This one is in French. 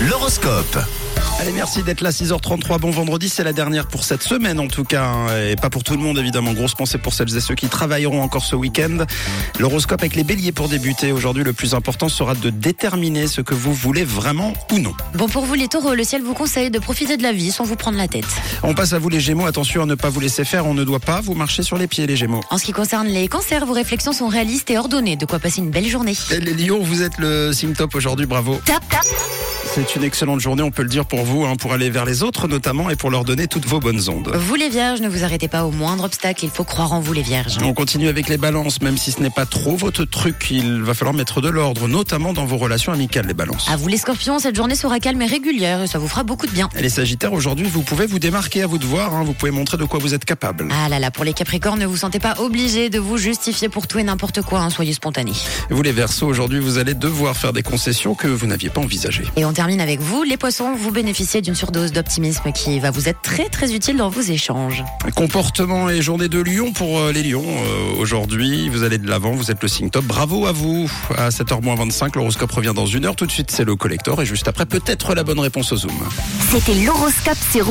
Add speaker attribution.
Speaker 1: L'horoscope.
Speaker 2: Allez, merci d'être là, 6h33. Bon vendredi, c'est la dernière pour cette semaine en tout cas. hein, et pas pour tout le monde évidemment. Grosse pensée pour celles et ceux qui travailleront encore ce week-end. L'horoscope avec les béliers pour débuter. Aujourd'hui, le plus important sera de déterminer ce que vous voulez vraiment ou non.
Speaker 3: Bon, pour vous les taureaux, le ciel vous conseille de profiter de la vie sans vous prendre la tête.
Speaker 2: On passe à vous les gémeaux. Attention à ne pas vous laisser faire. On ne doit pas vous marcher sur les pieds, les gémeaux.
Speaker 3: En ce qui concerne les cancers, vos réflexions sont réalistes et ordonnées, de quoi passer une belle journée.
Speaker 2: Et les lions, vous êtes le signe top aujourd'hui. Bravo.
Speaker 3: Tap, tap.
Speaker 2: C'est une excellente journée, on peut le dire pour vous, hein, pour aller vers les autres notamment et pour leur donner toutes vos bonnes ondes.
Speaker 3: Vous les vierges, ne vous arrêtez pas au moindre obstacle, il faut croire en vous les vierges.
Speaker 2: On continue avec les balances, même si ce n'est pas trop votre truc, il va falloir mettre de l'ordre, notamment dans vos relations amicales, les balances.
Speaker 3: À vous les scorpions, cette journée sera calme et régulière et ça vous fera beaucoup de bien.
Speaker 2: Et les sagittaires, aujourd'hui, vous pouvez vous démarquer à vous de voir, hein, vous pouvez montrer de quoi vous êtes capable.
Speaker 3: Ah là là, pour les capricornes, ne vous sentez pas obligé de vous justifier pour tout et n'importe quoi, hein, soyez spontanés.
Speaker 2: Vous les versos, aujourd'hui, vous allez devoir faire des concessions que vous n'aviez pas envisagées.
Speaker 3: Et on termine avec vous, les poissons, vous bénéficiez d'une surdose d'optimisme qui va vous être très très utile dans vos échanges.
Speaker 2: Comportement et journée de lion pour euh, les lions. Euh, aujourd'hui, vous allez de l'avant, vous êtes le signe top. Bravo à vous. À 7h25, l'horoscope revient dans une heure. Tout de suite, c'est le collector et juste après, peut-être la bonne réponse au Zoom.
Speaker 4: C'était l'horoscope sur Rouge.